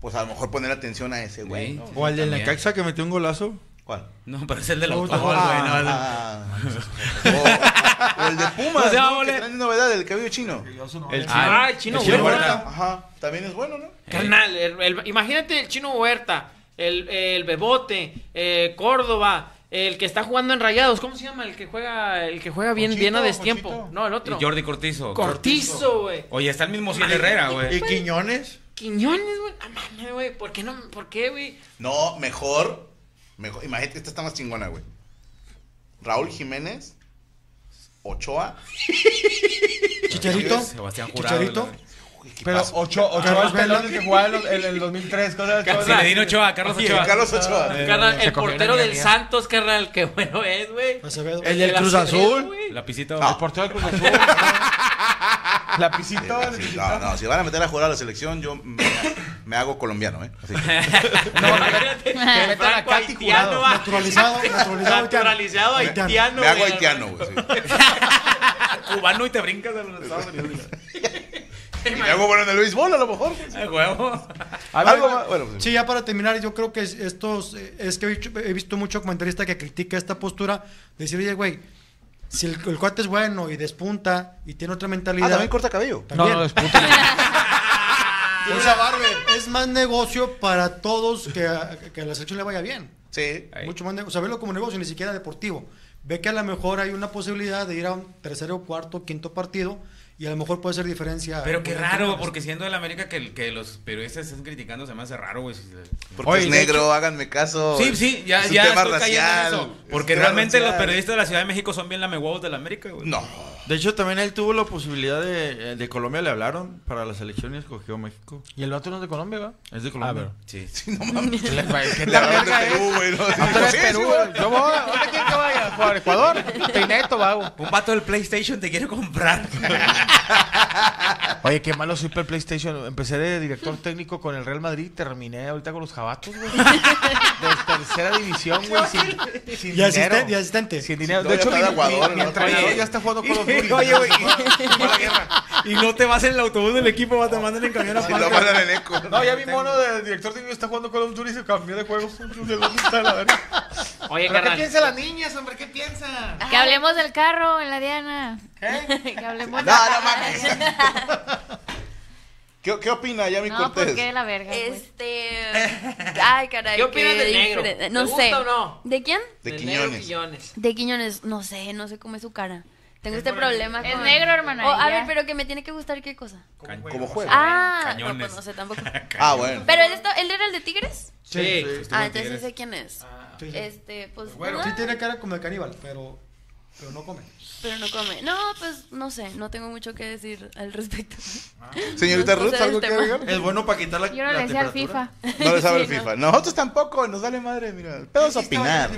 Speaker 2: pues a lo mejor poner atención a ese güey.
Speaker 5: Sí.
Speaker 2: ¿no?
Speaker 9: O al del
Speaker 5: También.
Speaker 9: Necaxa que metió un golazo.
Speaker 2: ¿Cuál?
Speaker 5: No, pero es el del
Speaker 6: No,
Speaker 5: autogol,
Speaker 6: no,
Speaker 5: güey. no, es el-
Speaker 2: Ah, *laughs* o,
Speaker 5: *laughs*
Speaker 2: o el de Pumas,
Speaker 3: O sea,
Speaker 2: ¿no? Que
Speaker 3: ole.
Speaker 2: trae novedad, el cabello chino.
Speaker 9: El
Speaker 5: Ah,
Speaker 9: chino.
Speaker 3: Ah, el chino
Speaker 9: el chino
Speaker 3: Huerta.
Speaker 9: Huerta.
Speaker 2: Ajá, también es bueno, ¿no?
Speaker 3: Carnal, el- el- imagínate el chino Huerta, el, el Bebote, eh, Córdoba, el que está jugando en Rayados, ¿cómo se llama? El que juega, el que juega bien, bien a
Speaker 9: Ponchito,
Speaker 3: destiempo.
Speaker 9: Ponchito.
Speaker 3: No, el otro.
Speaker 5: Y Jordi Cortizo.
Speaker 3: Cortizo, güey.
Speaker 5: Oye, está el mismo Ciel Herrera,
Speaker 9: ¿Y
Speaker 5: güey.
Speaker 9: Quiñones?
Speaker 3: Quiñones, güey. No mames, güey. ¿Por qué no? ¿Por qué, güey?
Speaker 2: No, mejor. mejor imagínate, esta está más chingona, güey. Raúl Jiménez,
Speaker 5: *laughs*
Speaker 2: Ochoa.
Speaker 6: Chicharito.
Speaker 5: Sebastián Jurado.
Speaker 6: Chicharito.
Speaker 2: Uy, ¿qué
Speaker 8: Pero
Speaker 2: pasó?
Speaker 8: ocho, ocho el pelón que jugaba en los- en el 2003, cosas
Speaker 5: la-
Speaker 8: cosas-
Speaker 5: Zinedine Ochoa, Carlos
Speaker 2: Sí,
Speaker 5: Ochoa.
Speaker 2: Carlos Ochoa.
Speaker 5: Ah,
Speaker 3: Carnal,
Speaker 8: se
Speaker 3: el
Speaker 8: cogió
Speaker 3: portero
Speaker 8: la
Speaker 3: del
Speaker 8: línea.
Speaker 3: Santos, carnal, qué bueno es, güey.
Speaker 6: Acevedo.
Speaker 9: El del Cruz
Speaker 3: Acevedo,
Speaker 9: Azul.
Speaker 3: güey.
Speaker 5: Lapicito.
Speaker 2: No.
Speaker 8: El portero del Cruz Azul. Lapicito.
Speaker 2: Sí, sí, no, no, si van a meter a jugar a la selección, yo me, me hago colombiano, ¿eh? Así.
Speaker 5: *laughs*
Speaker 3: Imagínate,
Speaker 8: metan a
Speaker 3: Franco
Speaker 8: Katy
Speaker 3: haitiano,
Speaker 8: Jurado.
Speaker 3: va.
Speaker 6: Naturalizado, naturalizado.
Speaker 3: *laughs* Naturalizado haitiano.
Speaker 2: Me hago
Speaker 3: güey.
Speaker 5: *laughs*
Speaker 2: haitiano, güey. sí.
Speaker 5: *laughs* Cubano y te brincas a los Estados Unidos.
Speaker 2: Y me hago bueno en el béisbol, a lo mejor.
Speaker 5: A huevo.
Speaker 2: Algo más- bueno, pues,
Speaker 6: Sí, ya para terminar, yo creo que es- estos. eh, Es que he visto- he visto mucho comentarista que critica esta postura. de Decir, oye, güey, si el, el cuate es bueno y despunta y tiene otra mentalidad.
Speaker 2: Ah, también corta cabello.
Speaker 9: pues,
Speaker 6: También.
Speaker 8: No, no,
Speaker 6: *laughs*
Speaker 8: despunta,
Speaker 6: O sea, Es más negocio para todos que a, que a la selección le vaya bien.
Speaker 2: Sí.
Speaker 6: Mucho más negocio. O sea, velo como negocio, ni siquiera deportivo. Ve que a lo mejor hay una posibilidad de ir a un tercero, cuarto, quinto partido y a lo mejor puede ser diferencia.
Speaker 5: Pero qué
Speaker 6: Muy
Speaker 5: raro,
Speaker 6: grande.
Speaker 5: porque siendo de la América que, que los periodistas están criticando, se me hace raro, güey.
Speaker 2: Porque
Speaker 8: Oye,
Speaker 2: es
Speaker 8: de
Speaker 2: negro, háganme caso.
Speaker 5: Sí, sí, ya,
Speaker 2: Es un
Speaker 5: ya
Speaker 2: tema
Speaker 5: estoy
Speaker 2: racial.
Speaker 5: cayendo en
Speaker 2: es
Speaker 5: eso.
Speaker 2: un
Speaker 5: Porque
Speaker 2: tema
Speaker 5: realmente los
Speaker 2: racial.
Speaker 5: periodistas de la Ciudad de México son bien lamehuevos de la América, güey.
Speaker 2: No.
Speaker 9: De hecho, también él tuvo la posibilidad de, de Colombia, le hablaron para la selección y escogió México.
Speaker 8: Y el vato no es de Colombia, ¿verdad? Ah,
Speaker 9: Es de Colombia.
Speaker 5: Ah, Sí.
Speaker 2: Sí, no mames.
Speaker 8: ¿Qué tal
Speaker 2: Le hablaron de
Speaker 8: verga es?
Speaker 2: Perú, güey. ¿no?
Speaker 8: Ah, tú eres
Speaker 2: Sí, sí,
Speaker 8: Perú,
Speaker 2: güey.
Speaker 8: güey. Yo voy. ¿Dónde quieren que vaya? ¿Jugar Ecuador? Teineto, vago.
Speaker 5: Un vato del PlayStation te
Speaker 2: *laughs*
Speaker 5: quiere comprar.
Speaker 8: Oye, qué malo soy para el PlayStation. Empecé de director técnico con el Real Madrid y terminé ahorita con los jabatos, güey. De tercera división, güy, sin, sin
Speaker 6: Y
Speaker 8: dinero.
Speaker 6: asisten- y asistente.
Speaker 8: Sin dinero.
Speaker 2: No,
Speaker 8: de
Speaker 2: ya
Speaker 8: hecho,
Speaker 2: está
Speaker 8: mi,
Speaker 2: de aguador,
Speaker 8: mi- mi
Speaker 2: ¿no?
Speaker 8: entrenador
Speaker 2: Oye.
Speaker 8: ya está jugando con los Bulls.
Speaker 5: Oye, güey.
Speaker 8: *laughs*
Speaker 5: Y no te vas en el autobús del equipo, va, te mandan en camión a
Speaker 2: Sí,
Speaker 5: Palca.
Speaker 2: lo mandan en eco.
Speaker 8: No, ya mi mono de director técnico está jugando Call of Duty y se cambió de juego. *laughs* ¿De dónde está la verga?
Speaker 7: ¿Pero qué
Speaker 3: Oye, carnal.
Speaker 7: piensan las niñas, hombre? ¿Qué piensan?
Speaker 10: Que hablemos del carro en la Diana. *laughs* que hablemos del
Speaker 2: No, no *laughs*
Speaker 10: carro.
Speaker 2: mames. ¿Qué, ¿Qué opina *laughs* Yami
Speaker 10: No,
Speaker 2: Cortés?
Speaker 10: porque la verga. güey?
Speaker 4: Este.
Speaker 1: *laughs*
Speaker 4: Ay, caray.
Speaker 3: ¿Qué opinas
Speaker 4: qué
Speaker 3: del negro?
Speaker 4: diferente.
Speaker 3: ¿Te
Speaker 4: No
Speaker 3: gusta
Speaker 4: sé.
Speaker 3: o no?
Speaker 4: ¿De quién?
Speaker 2: De
Speaker 3: Del negro
Speaker 2: Quiñones.
Speaker 3: Quiñones.
Speaker 4: De Quiñones. No sé, no sé cómo es su cara. Tengo este problema
Speaker 10: Es
Speaker 4: con-
Speaker 10: negro, hermana.
Speaker 4: Oh, a
Speaker 10: y
Speaker 4: ver,
Speaker 10: ya.
Speaker 4: pero que me tiene que gustar qué cosa.
Speaker 2: ¿Cómo juega?
Speaker 4: Ah, no,
Speaker 5: Cañones.
Speaker 4: pues no sé
Speaker 3: *laughs*
Speaker 5: *laughs*
Speaker 4: tampoco.
Speaker 2: Ah, bueno.
Speaker 4: Pero él, está- él era el de Tigres.
Speaker 3: Sí. Ah.
Speaker 4: Ah,
Speaker 5: en
Speaker 4: entonces sí
Speaker 5: Tigres.
Speaker 4: sé quién es.
Speaker 6: Sí, sí.
Speaker 4: Este, pues.
Speaker 6: Bueno,
Speaker 4: no,
Speaker 6: sí tiene cara como de caníbal, pero, pero no come.
Speaker 4: Pero no come. No, pues no sé. No tengo mucho que decir al respecto.
Speaker 2: Señorita
Speaker 4: No sé
Speaker 2: Ruth,
Speaker 4: del
Speaker 2: ¿algo que
Speaker 4: tema.
Speaker 8: *laughs*
Speaker 2: agregar?
Speaker 9: Es bueno para quitar la,
Speaker 10: Yo no
Speaker 9: la
Speaker 10: le decía al
Speaker 9: temperatura.
Speaker 10: FIFA.
Speaker 2: No le sabe el
Speaker 4: Sí, no.
Speaker 2: FIFA. Nosotros tampoco, nos vale madre, mira. El pedo es opinar.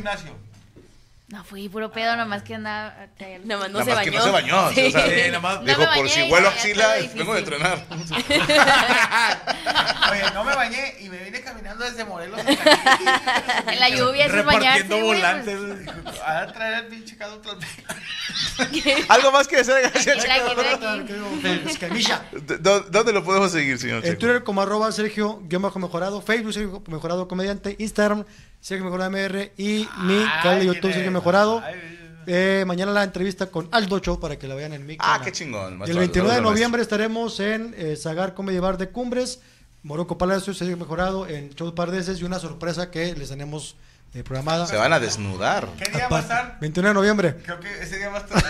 Speaker 10: No fui puro pedo, nomás que andaba. traía-
Speaker 4: Nada más no
Speaker 2: Nada
Speaker 4: se
Speaker 2: más
Speaker 4: bañó.
Speaker 2: que no se bañó.
Speaker 4: Sí.
Speaker 2: o sea, eh,
Speaker 5: Sí, nada más-
Speaker 2: dijo,
Speaker 10: No me
Speaker 2: por
Speaker 10: bañé,
Speaker 2: si huelo
Speaker 10: ya
Speaker 2: axila,
Speaker 10: todo difícil.
Speaker 2: vengo de entrenar.
Speaker 7: Oye, no me bañé y me vine caminando desde Morelos hasta aquí.
Speaker 10: En la lluvia, sin bañarse.
Speaker 5: Repartiendo
Speaker 10: güey, pues.
Speaker 5: volantes.
Speaker 7: A
Speaker 2: Ah,
Speaker 7: ver, traer el pinche caduco al
Speaker 2: Algo más que decir,
Speaker 10: pues, tranqui, tranqui.
Speaker 6: Escamilla.
Speaker 2: ¿Dó- ¿Dónde lo podemos seguir, señor
Speaker 6: En
Speaker 2: Checo?
Speaker 6: Twitter como arroba Sergio guión bajo mejorado, Facebook Sergio mejorado comediante, Instagram Sergio mejorado MR y mi canal de YouTube Sergio mejorado. Eh, mañana la entrevista con Aldo Cho para que la vean en mi
Speaker 2: Ah,
Speaker 6: canal.
Speaker 2: qué chingón.
Speaker 6: Y el 29 de noviembre estaremos en eh, Zagar Comedy Bar de Cumbres, Morocco Palacio, Sergio Mejorado en Show Pardeses y una sorpresa que les tenemos eh, programada.
Speaker 2: Se van a desnudar.
Speaker 7: ¿Qué día va a estar?
Speaker 6: 29 de noviembre.
Speaker 7: Creo que ese día va a estar.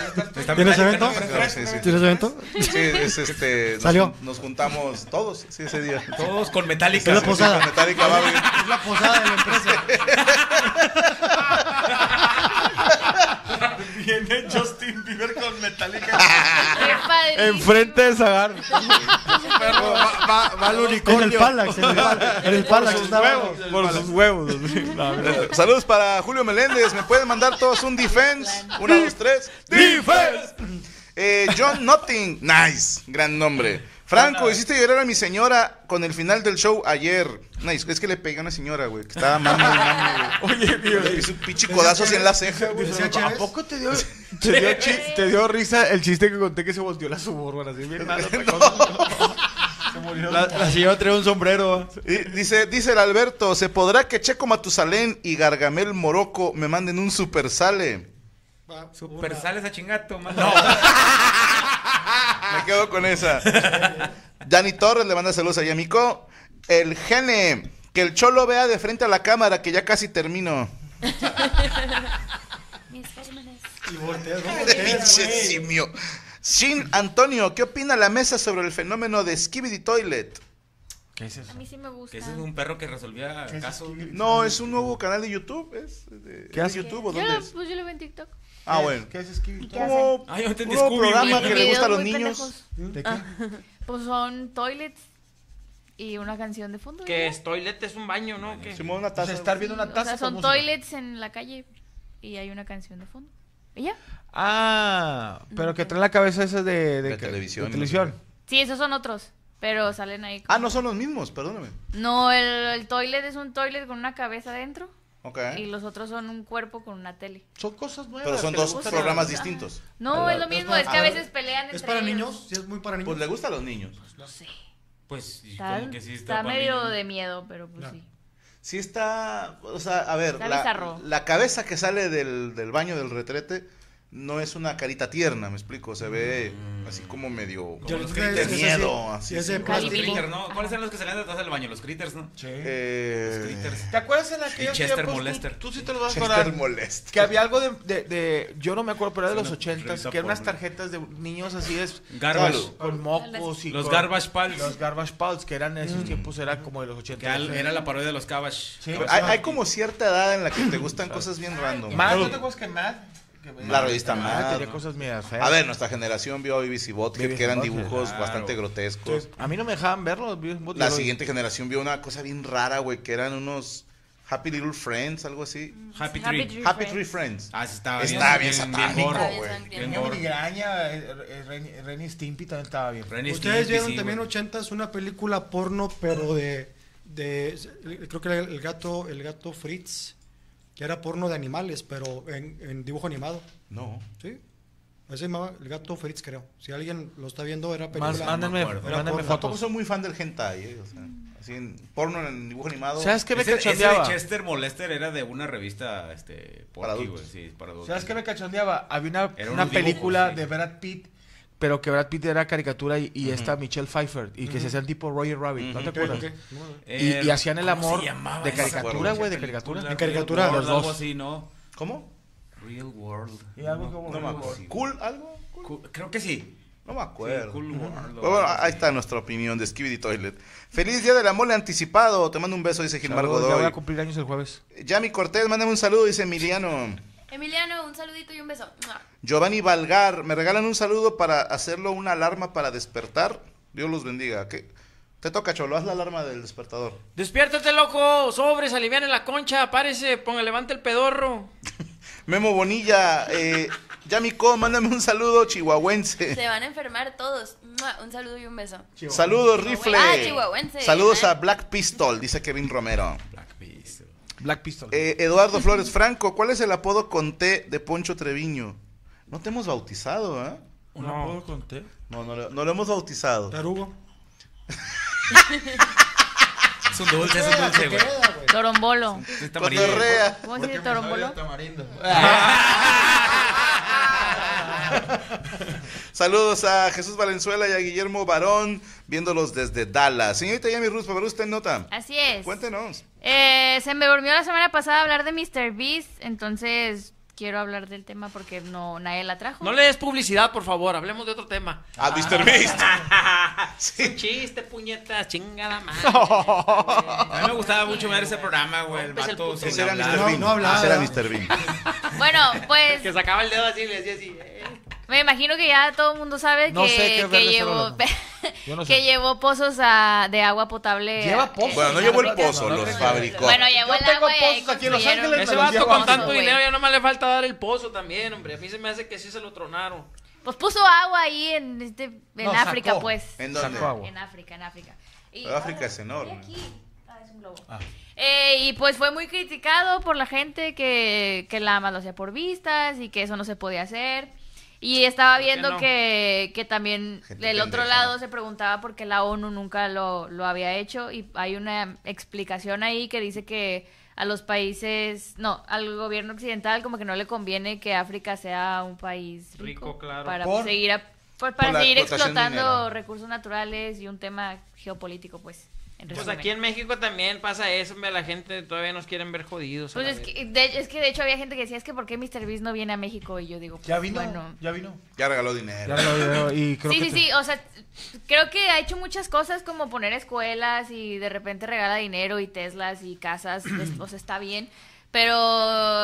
Speaker 6: ¿Tienes evento?
Speaker 2: Sí, sí.
Speaker 6: ¿Tienes evento?
Speaker 2: Sí, es este. nos-
Speaker 6: Salió.
Speaker 2: Nos, juntamos todos, sí, ese día.
Speaker 5: Todos con Metallica.
Speaker 6: Es la
Speaker 2: *laughs*
Speaker 6: *laughs*
Speaker 5: güey.
Speaker 6: posada.
Speaker 2: Con Metallica va a venir.
Speaker 6: Es la posada de la *laughs* empresa.
Speaker 7: Viene Justin Bieber con Metallica.
Speaker 5: *laughs*
Speaker 10: Qué padre.
Speaker 9: Enfrente de Zagar.
Speaker 8: *laughs* Va, va, va al
Speaker 6: En el
Speaker 8: unicornio.
Speaker 6: Palax, en el Palax. En el Palax está
Speaker 8: Ah.
Speaker 6: abajo.
Speaker 9: Por sus huevos. No, no.
Speaker 2: Saludos para Julio Meléndez. Me pueden mandar todos un defense. Una, dos, tres. Defense. Eh, John Notting. Nice. Gran nombre. Franco, hiciste llorar a mi señora con el final del show ayer. Nice. Es que le pegué a una señora, güey. Que estaba mami,
Speaker 8: *laughs*
Speaker 2: mami, güey. Le pisé un pinche codazo así en la ceja, güey.
Speaker 6: Decía Chávez.
Speaker 8: te dio, te, dio chi- te dio risa el chiste que conté que se volteó la suburban así *laughs* bien mal, otra cosa.
Speaker 9: La, la señora trae un sombrero.
Speaker 2: Y Dice, dice el Alberto, ¿se podrá que Checo Matusalén y Gargamel Morocco me manden un super sale?
Speaker 5: Super sales a chingato, man.
Speaker 2: Me quedo con esa. Dani Torres le manda saludos a Yamiko. El gene, que el cholo vea de frente a la cámara, que ya casi termino.
Speaker 10: Mis gérmenes.
Speaker 6: Y volteas, ¿no?
Speaker 2: *laughs* Pinche simio. Shin Antonio, ¿qué opina la mesa sobre el fenómeno de Skibidi Toilet?
Speaker 8: ¿Qué es eso?
Speaker 10: A mí sí me gusta.
Speaker 5: *laughs* Que ese es un perro que resolvía casos.
Speaker 2: No, es un nuevo canal de YouTube. ¿Es de,
Speaker 8: ¿Qué
Speaker 2: de
Speaker 8: hace?
Speaker 2: YouTube o
Speaker 10: Yo
Speaker 2: dónde
Speaker 10: lo,
Speaker 2: es?
Speaker 10: pues yo lo veo en TikTok.
Speaker 2: Ah, bueno.
Speaker 7: ¿Qué haces, Kiwi?
Speaker 10: ¿Qué hacen?
Speaker 2: Como
Speaker 5: Ah, yo entendí
Speaker 2: puro
Speaker 5: Scooby,
Speaker 2: programa
Speaker 5: güey.
Speaker 2: que le gusta a los
Speaker 10: Videos muy
Speaker 2: niños.
Speaker 10: pendejos.
Speaker 6: ¿De qué?
Speaker 10: Pues son toilets y una canción de fondo.
Speaker 3: Que
Speaker 10: ¿no?
Speaker 3: es toilet, es un baño, ¿no? ¿Qué?
Speaker 2: Simón, una taza.
Speaker 8: estar viendo una
Speaker 10: O
Speaker 8: taza.
Speaker 10: sea,
Speaker 8: con
Speaker 10: son
Speaker 8: música.
Speaker 10: toilets en la calle y hay una canción de fondo. ¿Y ya?
Speaker 8: Ah, pero que traen la cabeza esa de, de,
Speaker 2: De televisión.
Speaker 8: de televisión.
Speaker 10: Sí, esos son otros, pero salen ahí.
Speaker 2: Ah,
Speaker 10: como-
Speaker 2: no son los mismos, perdóname.
Speaker 10: No, el, el toilet es un toilet con una cabeza adentro
Speaker 2: Ok.
Speaker 10: Y los otros son un cuerpo con una tele.
Speaker 8: Son cosas nuevas.
Speaker 2: Pero son
Speaker 8: que le
Speaker 2: dos
Speaker 10: gustan.
Speaker 2: programas
Speaker 10: Ajá.
Speaker 2: distintos.
Speaker 10: No, es lo mismo, es que a veces pelean entre
Speaker 6: ¿Es para
Speaker 10: ellos.
Speaker 6: niños? ¿Sí es muy para niños?
Speaker 2: Pues le gusta a los niños.
Speaker 10: No sé.
Speaker 5: Pues y
Speaker 10: Está,
Speaker 5: como que sí
Speaker 10: está
Speaker 5: está, para
Speaker 10: medio
Speaker 5: niños.
Speaker 10: de miedo, pero pues
Speaker 2: No.
Speaker 10: sí.
Speaker 2: Sí está, o sea, a ver,
Speaker 10: Está
Speaker 2: la,
Speaker 10: bizarro.
Speaker 2: la cabeza que sale del, del baño del retrete no es una carita tierna, me explico, se ve
Speaker 5: Mm.
Speaker 2: así como medio
Speaker 5: Como los
Speaker 2: de
Speaker 5: critters.
Speaker 2: miedo, así.
Speaker 5: Los
Speaker 2: como-
Speaker 5: critters, ¿no? ¿Cuáles eran los que salían de atrás del baño? Los critters, ¿no?
Speaker 2: Eh,
Speaker 5: Los critters.
Speaker 8: ¿Te acuerdas en
Speaker 5: Y
Speaker 8: aquellos
Speaker 5: Chester
Speaker 8: tiempos? Tú-
Speaker 5: Molester.
Speaker 8: Tú, sí te lo vas a
Speaker 2: Chester
Speaker 8: acordar.
Speaker 2: Molester.
Speaker 8: Que había algo de, de- de- yo no me acuerdo, pero era de
Speaker 5: Es
Speaker 8: los
Speaker 5: una
Speaker 8: ochentas,
Speaker 5: risa
Speaker 8: que eran unas
Speaker 5: porno.
Speaker 8: tarjetas de niños así es.
Speaker 5: Garbage.
Speaker 8: Con mocos y
Speaker 5: Los
Speaker 8: con-
Speaker 5: Garbage Pals. Mm.
Speaker 8: Los garbage pals, que eran en esos tiempos, era como de los
Speaker 5: Que
Speaker 8: ochentas.
Speaker 5: al- era la parodia de los Cabash.
Speaker 8: Sí.
Speaker 2: Hay, hay como cierta edad en la que te
Speaker 5: *coughs*
Speaker 2: gustan cosas bien random.
Speaker 8: Mad.
Speaker 7: ¿No te acuerdas que Mad? que-
Speaker 2: La revista
Speaker 8: Ah,
Speaker 2: Mad,
Speaker 8: tenía
Speaker 2: ¿no?
Speaker 8: cosas medias feas.
Speaker 2: A ver, nuestra generación vio a BBC Bothead, que eran
Speaker 8: Bothead,
Speaker 2: dibujos
Speaker 5: claro.
Speaker 2: bastante grotescos.
Speaker 8: A mí no me dejaban verlos.
Speaker 2: La siguiente generación vio una cosa bien rara, güey, que eran unos Happy Little Friends, algo así.
Speaker 5: Mm, Happy
Speaker 10: Happy
Speaker 5: Tree.
Speaker 10: Tree
Speaker 2: Happy
Speaker 10: Friends.
Speaker 2: Tree Friends.
Speaker 5: Ah, sí, estaba bien.
Speaker 2: Estaba bien satánico,
Speaker 5: gordo,
Speaker 2: güey.
Speaker 5: Bien
Speaker 8: Tenía
Speaker 5: gordo.
Speaker 8: migraña, eh, eh, Ren- Ren y Stimpy también estaba bien.
Speaker 5: Ren y
Speaker 6: Ustedes
Speaker 5: Stimpy,
Speaker 6: vieron
Speaker 5: sí,
Speaker 6: también
Speaker 5: güey.
Speaker 6: ochentas una película porno, pero de, de creo que era el gato, el gato Fritz, que era porno de animales, pero en, en dibujo animado,
Speaker 2: No.
Speaker 6: ¿sí? Así se llamaba el gato Fritz, creo. Si alguien lo está viendo, era película.
Speaker 8: Más, mándenme,
Speaker 5: acuerdo.
Speaker 6: Era
Speaker 8: mándenme
Speaker 6: porno.
Speaker 2: Tampoco
Speaker 8: fotos.
Speaker 2: soy muy fan del hentai, eh, o sea, así en porno en dibujo animado.
Speaker 8: ¿Sabes qué me
Speaker 5: Ese, ese
Speaker 8: cachondeaba?
Speaker 5: de Chester Molester era de una revista este,
Speaker 2: Para
Speaker 5: porky,
Speaker 2: adultos.
Speaker 5: güey, sí, para adultos.
Speaker 8: ¿Sabes qué me cachondeaba? Había una,
Speaker 5: Era
Speaker 8: una
Speaker 5: unos
Speaker 8: película
Speaker 5: dibujos, sí.
Speaker 8: de Brad Pitt, pero que Brad Pitt era caricatura y, y esta Michelle Pfeiffer, y que se hacían tipo Roger Rabbit, ¿no te
Speaker 6: Ok,
Speaker 8: acuerdas?
Speaker 6: ok. No,
Speaker 8: Y,
Speaker 5: Eh,
Speaker 8: y hacían el
Speaker 5: ¿cómo se
Speaker 8: amor
Speaker 5: llamaba
Speaker 8: de
Speaker 5: esa
Speaker 8: caricatura,
Speaker 2: película?
Speaker 8: güey, de caricatura.
Speaker 5: Real
Speaker 6: caricatura,
Speaker 5: World,
Speaker 8: los dos.
Speaker 5: Algo así, ¿no?
Speaker 2: ¿Cómo?
Speaker 5: Real World.
Speaker 8: Y algo como-
Speaker 2: No me acuerdo.
Speaker 5: Sí,
Speaker 2: ¿Cool algo? Cool.
Speaker 5: Cu- Creo que sí.
Speaker 2: No me acuerdo.
Speaker 5: Sí, cool World,
Speaker 2: Pero
Speaker 5: o
Speaker 2: bueno,
Speaker 5: algo así.
Speaker 2: ahí está nuestra opinión de Skibidi Toilet. Feliz día de la mole anticipado. Te mando un beso, dice Gilmar
Speaker 8: Saludos, ya voy a
Speaker 2: Godoy.
Speaker 8: cumplir años el jueves.
Speaker 2: Yami Cortés, mándame un saludo, dice Emiliano.
Speaker 4: Emiliano, un saludito y un beso. ¡Mua!
Speaker 2: Giovanni Valgar, me regalan un saludo para hacerlo una alarma para despertar. Dios los bendiga. ¿Qué? Te toca, Cholo, haz la alarma del despertador.
Speaker 3: Despiértate, loco. Sobres, alivian en la concha. Párese, ponga, levanta el pedorro.
Speaker 2: Memo Bonilla, eh, Yami Co, mándame un saludo
Speaker 4: Se
Speaker 2: chihuahuense.
Speaker 4: van a enfermar todos. ¡Mua! Un saludo y un beso.
Speaker 2: Saludos, Rifle.
Speaker 4: Ah, chihuahuense.
Speaker 2: Saludos
Speaker 4: Ah.
Speaker 2: a Black Pistol, dice Kevin Romero.
Speaker 5: Black Beast.
Speaker 8: Black Pistol.
Speaker 2: Eh, Eduardo Flores Franco, ¿cuál es el apodo con T de Poncho Treviño? No te hemos bautizado, ¿eh?
Speaker 9: ¿Un
Speaker 3: No.
Speaker 9: apodo con T?
Speaker 2: No, no, lo- no lo hemos bautizado.
Speaker 6: Tarugo.
Speaker 5: Es un dulce, es
Speaker 2: *laughs*
Speaker 5: un dulce, güey.
Speaker 10: Torombolo.
Speaker 5: Es tamarindo.
Speaker 2: Cotorrea.
Speaker 10: ¿Cómo se dice torombolo?
Speaker 7: Tamarindo.
Speaker 2: *laughs* Saludos a Jesús Valenzuela y a Guillermo Barón, viéndolos desde Dallas. Señorita Yami Ruz, para usted nota.
Speaker 10: Así es.
Speaker 2: Cuéntenos.
Speaker 10: Eh, se me durmió la semana pasada hablar de Mr. Beast, entonces quiero hablar del tema porque no nadie la trajo.
Speaker 3: No le des publicidad, por favor. Hablemos de otro tema.
Speaker 2: A Mr. Beast.
Speaker 3: Un chiste, puñetas, chingada madre.
Speaker 5: *laughs* A mí me gustaba mucho ver ese programa, güey. El
Speaker 11: Pues
Speaker 3: Rompes el
Speaker 5: vato
Speaker 3: puto
Speaker 5: sin
Speaker 2: Ese era
Speaker 5: hablar.
Speaker 2: Mr. Bean.
Speaker 6: no hablaba.
Speaker 2: Ese era Mr. Bean.
Speaker 10: Bueno, pues
Speaker 3: Que sacaba el dedo así y le decía así. eh.
Speaker 10: me imagino que ya todo el mundo sabe
Speaker 8: No
Speaker 10: que,
Speaker 8: sé qué
Speaker 10: que
Speaker 8: verga están
Speaker 10: llevó *laughs*
Speaker 8: hablando. Yo no sé.
Speaker 10: que llevó pozos a- de agua potable.
Speaker 8: Lleva
Speaker 10: eh,
Speaker 2: *laughs*
Speaker 8: pozos.
Speaker 2: Bueno, no llevó el
Speaker 10: fábricas.
Speaker 2: pozo, los fabricó.
Speaker 10: Bueno, llevó
Speaker 8: Yo
Speaker 10: el
Speaker 8: tengo
Speaker 10: agua y ahí
Speaker 8: pozos aquí en Los
Speaker 10: construyeron-
Speaker 8: Ángeles,
Speaker 3: Ese
Speaker 8: me los
Speaker 3: vato
Speaker 8: llevo
Speaker 3: con
Speaker 8: así,
Speaker 3: tanto
Speaker 10: güey.
Speaker 3: dinero ya nomás le falta dar el pozo también, hombre. A mí se me hace que sí se lo tronaron.
Speaker 10: Pues puso agua ahí en este en
Speaker 8: No, sacó.
Speaker 10: África, pues.
Speaker 2: ¿En dónde?
Speaker 8: Sacó agua.
Speaker 10: En África, en África. Y-
Speaker 2: Pero África
Speaker 10: ah,
Speaker 2: es enorme.
Speaker 10: y aquí. Ah, es un globo. Eh, y pues fue muy criticado por la gente que, que la más lo hacía por vistas y que eso no se podía hacer. Y estaba
Speaker 3: qué
Speaker 10: viendo
Speaker 3: no?
Speaker 10: que, que también
Speaker 2: Gente
Speaker 10: del otro
Speaker 2: pendeja.
Speaker 10: lado se preguntaba por qué la ONU nunca lo, lo había hecho y hay una explicación ahí que dice que a los países, no, al gobierno occidental como que no le conviene que África sea un país rico,
Speaker 3: Rico, claro.
Speaker 10: para
Speaker 8: Por-
Speaker 10: seguir a- pues, para
Speaker 2: por la
Speaker 10: seguir
Speaker 2: explotación de
Speaker 10: explotando
Speaker 2: minera.
Speaker 10: recursos naturales y un tema geopolítico, pues. en
Speaker 3: Pues
Speaker 10: resumen.
Speaker 3: aquí en México también pasa eso, hombre. La gente todavía nos quieren ver jodidos. a
Speaker 10: Pues
Speaker 3: la
Speaker 10: es
Speaker 3: vez.
Speaker 10: que, de, es que de hecho había gente que decía, es que ¿por qué Mr. Beast no viene a México? Y yo digo, pues,
Speaker 8: Ya vino,
Speaker 10: bueno.
Speaker 8: ya
Speaker 10: *laughs*
Speaker 8: vino.
Speaker 2: Ya regaló dinero.
Speaker 8: Ya lo veo y creo
Speaker 10: Sí,
Speaker 8: que
Speaker 10: sí,
Speaker 8: te-
Speaker 10: sí, o sea, creo que ha hecho muchas cosas como poner escuelas y de repente regala dinero y Teslas
Speaker 8: *clears throat*
Speaker 10: y casas, es- o sea, está bien. Pero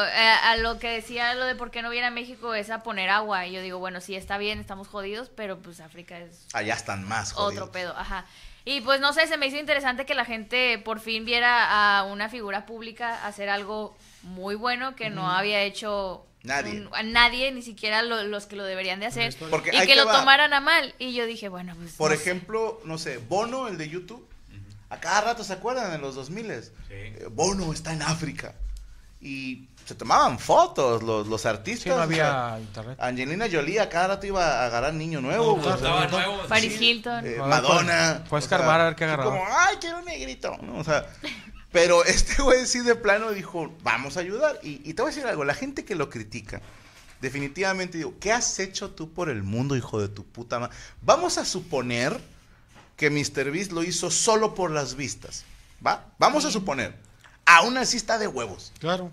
Speaker 10: eh, a lo que decía lo de por qué no viene a México es a poner agua. Y yo digo, bueno, sí, está bien, estamos jodidos, pero pues África es
Speaker 2: Allá están más, jodidos.
Speaker 10: otro pedo, ajá. Y pues no sé, se me hizo interesante que la gente por fin viera a una figura pública hacer algo muy bueno que no había hecho
Speaker 2: Nadie.
Speaker 10: un- a nadie, ni siquiera lo- los que lo deberían de hacer,
Speaker 2: Porque
Speaker 10: y
Speaker 2: ahí
Speaker 10: que
Speaker 2: te
Speaker 10: lo
Speaker 2: va.
Speaker 10: tomaran a mal. Y yo dije, bueno, pues...
Speaker 2: Por
Speaker 10: no sé.
Speaker 2: ejemplo, no sé, Bono, el de YouTube. A cada rato se acuerdan Eh, en los 2000 s
Speaker 5: Sí.
Speaker 2: Bono está en África. y se tomaban fotos los, los artistas.
Speaker 8: Sí, no había
Speaker 2: o sea,
Speaker 8: internet.
Speaker 2: Angelina Jolie a cada rato iba a agarrar niño nuevo. güey.
Speaker 10: Paris Hilton.
Speaker 2: Eh, Madonna.
Speaker 8: Fue a
Speaker 2: O sea,
Speaker 8: escarbar a ver qué
Speaker 2: sí,
Speaker 8: agarraba.
Speaker 2: como, ay, quiero un negrito. ¿no? O sea, pero este güey sí de plano dijo, vamos a ayudar. Y, y te voy a decir algo, la gente que lo critica, definitivamente digo, ¿qué has hecho tú por el mundo, hijo de tu puta madre? Vamos a suponer que Mr. Beast lo hizo solo por las vistas. ¿Va? Vamos a suponer. Aún así está de huevos.
Speaker 6: Claro.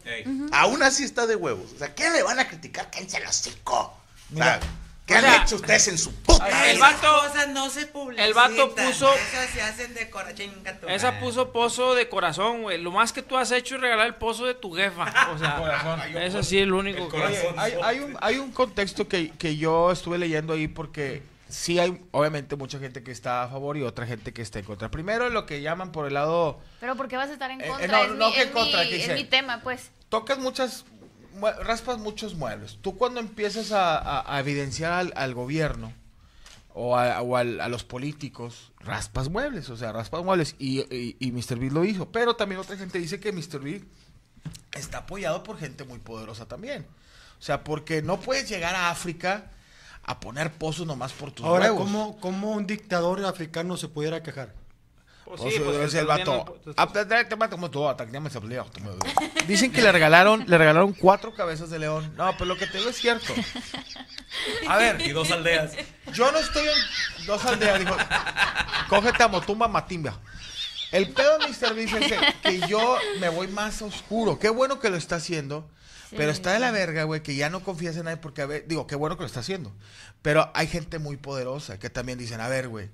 Speaker 2: Aún así está de huevos. O sea, ¿qué le van a criticar? ¡Quédense el hocico! O sea,
Speaker 8: Mira.
Speaker 2: ¿Qué
Speaker 3: O
Speaker 2: han
Speaker 3: sea,
Speaker 2: hecho ustedes en su puta
Speaker 3: el
Speaker 2: vida?
Speaker 3: vato-
Speaker 7: cosas no se publicitan.
Speaker 3: el vato puso-
Speaker 7: Esas se hacen de cora- chinga tu
Speaker 3: Esa
Speaker 7: madre.
Speaker 3: puso pozo de corazón, güey. Lo más que tú has hecho es regalar el pozo de tu jefa. O
Speaker 7: *laughs*
Speaker 10: Ah,
Speaker 3: sea, eso sí es lo único que
Speaker 8: Oye, hay, hay un, hay un contexto que, que yo estuve leyendo ahí porque sí hay obviamente mucha gente que está a favor y otra gente que está en contra. Primero lo que llaman por el lado...
Speaker 10: Pero ¿por qué vas a estar en
Speaker 8: Eh,
Speaker 10: contra?
Speaker 8: no,
Speaker 10: es
Speaker 8: no
Speaker 10: mi,
Speaker 8: que
Speaker 10: es
Speaker 8: contra,
Speaker 10: mi-
Speaker 8: que
Speaker 10: es
Speaker 8: dice-
Speaker 10: mi tema, pues.
Speaker 8: Tocas muchas... mue- Raspas muchos muebles. Tú cuando empiezas a, a- a evidenciar al, al gobierno o, a, o al- a los políticos, raspas muebles, o sea, raspas muebles. Y, y, y Mr. Beast lo hizo. Pero también otra gente dice que Mr. Beast está apoyado por gente muy poderosa también. O sea, porque no puedes llegar a África a poner pozos nomás por tus
Speaker 6: Ahora,
Speaker 8: huevos.
Speaker 6: ¿cómo, ¿cómo un dictador africano se pudiera quejar?
Speaker 3: Pues
Speaker 8: O sea, es el Pues vato. Ah, te- te- te mato como tú, ataqueame esa pelea, tú me- Dicen que le regalaron, le regalaron cuatro cabezas de león. No, pero lo que te digo es cierto. A ver.
Speaker 5: Y dos aldeas.
Speaker 8: Yo no estoy en dos aldeas, dijo. Cógete a Motumba Matimba. El pedo de Mr. Beast es que- que yo me voy más oscuro. Qué bueno que lo está haciendo.
Speaker 9: Sí.
Speaker 8: Pero está de la verga, güey, que ya no confías en nadie porque, a ver, digo, qué bueno que lo está haciendo. Pero hay gente muy poderosa que también dicen, a ver, güey,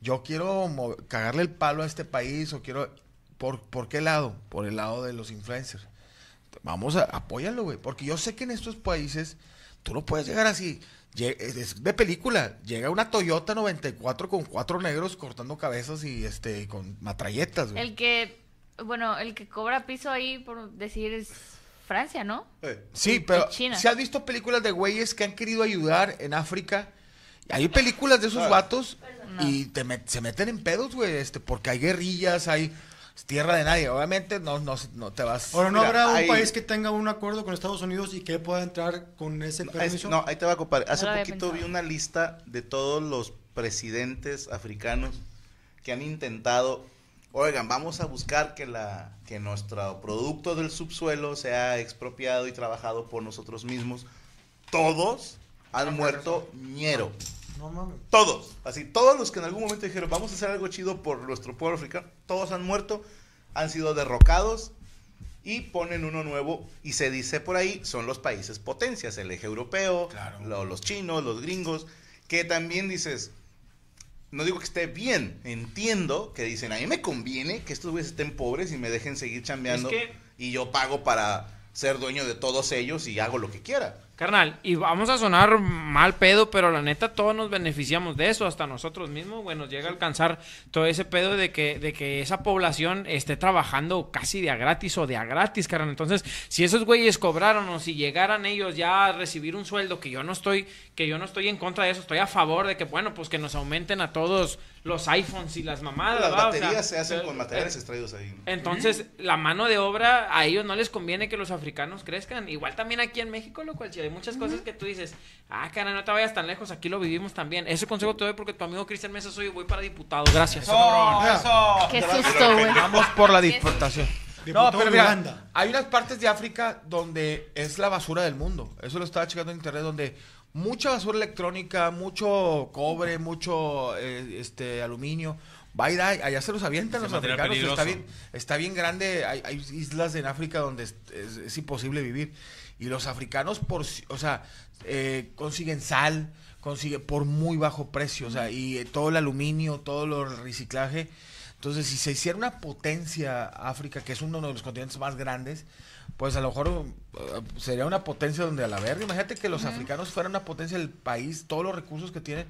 Speaker 8: yo quiero mo- cagarle el palo a este país o quiero... ¿Por, ¿Por qué lado? Por el lado de los influencers. Vamos a apóyalo, güey. Porque yo sé que en estos países tú no puedes llegar así. Lle- es- es de película. Llega una Toyota 94 con cuatro negros cortando cabezas y este y con matralletas, güey.
Speaker 10: El que, bueno, el que cobra piso ahí por decir es Francia, ¿no?
Speaker 8: Eh, Sí, pero
Speaker 10: China.
Speaker 8: ¿se has visto películas de güeyes que han querido ayudar en África? Hay películas de esos vatos y te met- se meten en pedos, güey, este, porque hay guerrillas, hay es tierra de nadie. Obviamente no, no, no te vas...
Speaker 6: Ahora, ¿no
Speaker 8: Mira,
Speaker 6: habrá un
Speaker 8: hay-
Speaker 6: país que tenga un acuerdo con Estados Unidos y que pueda entrar con ese
Speaker 2: Es-
Speaker 6: permiso?
Speaker 2: no, ahí te va a compadre. Hace
Speaker 6: No lo había
Speaker 2: poquito vi
Speaker 6: pensado.
Speaker 2: una lista de todos los presidentes africanos que han intentado, oigan, vamos a buscar que la que nuestro producto del subsuelo sea expropiado y trabajado por nosotros mismos. Todos han muerto ñero.
Speaker 6: No mames.
Speaker 2: Todos, así, todos los que en algún momento dijeron, vamos a hacer algo chido por nuestro pueblo africano, todos han muerto, han sido derrocados y ponen uno nuevo y se dice por ahí, son los países potencias, el eje europeo, lo- los chinos, los gringos, que también dices, no digo que esté bien, entiendo que dicen, a mí me conviene que estos güeyes estén pobres y me dejen seguir chambeando
Speaker 3: Es que-
Speaker 2: y yo pago para ser dueño de todos ellos y hago lo que quiera.
Speaker 3: Carnal, y vamos a sonar mal pedo, pero la neta todos nos beneficiamos de eso, hasta nosotros mismos, güey, nos llega a alcanzar todo ese pedo de que, de que esa población esté trabajando casi de a gratis o de a gratis, carnal. Entonces, si esos güeyes cobraron o si llegaran ellos ya a recibir un sueldo que yo no estoy, que yo no estoy en contra de eso, estoy a favor de que, bueno, pues que nos aumenten a todos los iPhones y las mamadas.
Speaker 2: Las
Speaker 3: Ah, ¿va? O sea,
Speaker 2: baterías se hacen
Speaker 3: pero-
Speaker 2: con materiales
Speaker 3: eh,
Speaker 2: extraídos ahí.
Speaker 3: entonces, la mano de obra, a ellos no les conviene que los africanos crezcan. Igual también aquí en México, lo cual, si hay muchas cosas que tú dices, ah, cara, no te vayas tan lejos, aquí lo vivimos también. Ese consejo te doy porque tu amigo Cristian Mesa soy, voy para diputado. Gracias.
Speaker 8: Qué susto, güey. Vamos por la deportación. No, pero mira, hay unas partes de África donde es la basura del mundo. Eso lo estaba checando en internet, donde mucha basura electrónica, mucho cobre, mucho eh, este aluminio. Va y da, allá se los avientan
Speaker 5: Ese
Speaker 8: los
Speaker 5: material
Speaker 8: africanos. Está
Speaker 5: peligroso.
Speaker 8: bien, está bien grande. Hay, hay islas en África donde es, es- es imposible vivir. Y los africanos, por, si- o sea, eh, consiguen sal, consigue por muy bajo precio. O sea, y eh, todo el aluminio, todo lo- el reciclaje. Entonces, si se hiciera una potencia África, que es uno de los continentes más grandes, pues a lo mejor eh, sería una potencia donde a la verga. Imagínate que los africanos fueran una potencia del país, todos los recursos que tienen.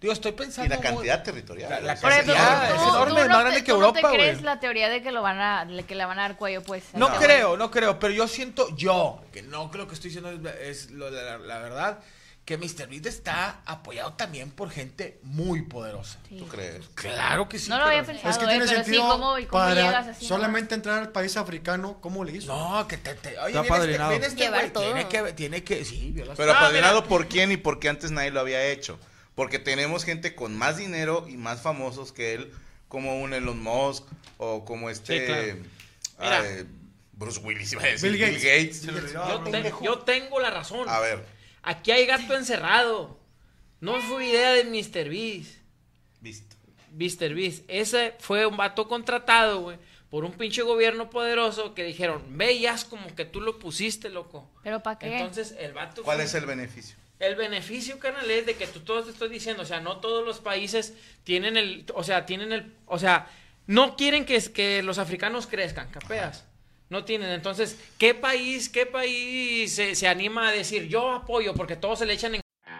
Speaker 8: Digo, estoy pensando.
Speaker 2: Y la
Speaker 8: muy-
Speaker 2: cantidad territorial.
Speaker 8: La, la
Speaker 2: Por ejemplo,
Speaker 8: cantidad
Speaker 2: tú-
Speaker 8: es
Speaker 2: tú-
Speaker 8: enorme,
Speaker 10: tú
Speaker 8: más
Speaker 10: no
Speaker 8: grande
Speaker 10: te-
Speaker 8: que
Speaker 10: tú
Speaker 8: Europa,
Speaker 10: No te
Speaker 8: güey.
Speaker 10: crees la teoría de que, lo van a, le- que le van a dar cuello, pues.
Speaker 8: No creo, no creo, pero yo siento, yo, que no creo que estoy diciendo es, es lo- la, la- la verdad, que Mr. Beast está apoyado también por gente muy poderosa.
Speaker 4: Sí.
Speaker 2: ¿Tú crees?
Speaker 8: Claro que sí.
Speaker 4: No lo había
Speaker 8: pero-
Speaker 4: pensado, eh, pero sí, ¿cómo, cómo llegas así? no?
Speaker 12: solamente entrar al país africano, ¿cómo le hizo?
Speaker 8: No, que te, te- oye,
Speaker 2: Está
Speaker 8: viene este-
Speaker 2: apadrinado.
Speaker 8: viene este
Speaker 4: Llevar
Speaker 8: güey,
Speaker 4: todo.
Speaker 8: Tiene que, tiene que, sí, violas-
Speaker 2: Pero
Speaker 8: Ah,
Speaker 2: apadrinado por quién y porque antes nadie lo había hecho. Porque tenemos gente con más dinero y más famosos que él, como un Elon Musk o como este.
Speaker 3: Sí, claro.
Speaker 2: ah,
Speaker 3: Mira.
Speaker 2: eh, Bruce Willis, iba a decir.
Speaker 12: Bill
Speaker 2: Bill
Speaker 12: Gates.
Speaker 2: Gates.
Speaker 12: Bill Gates.
Speaker 3: Yo, te- yo tengo la razón.
Speaker 2: A ver.
Speaker 3: Aquí hay gato encerrado. No fue idea de Mr. Beast.
Speaker 2: Visto.
Speaker 3: Mr. Beast. Ese fue un vato contratado, güey, por un pinche gobierno poderoso que dijeron, veías como que tú lo pusiste, loco.
Speaker 4: ¿Pero para qué?
Speaker 3: Entonces, el vato...
Speaker 2: ¿Cuál
Speaker 3: fue-
Speaker 2: es el beneficio?
Speaker 3: El beneficio, canal, es de que tú todo te estoy diciendo, o sea, no todos los países tienen el, o sea, tienen el, o sea, no quieren que, es- que los africanos crezcan, capeas. No tienen, entonces, ¿qué país, qué país se, se anima a decir yo apoyo? Porque todos se le echan en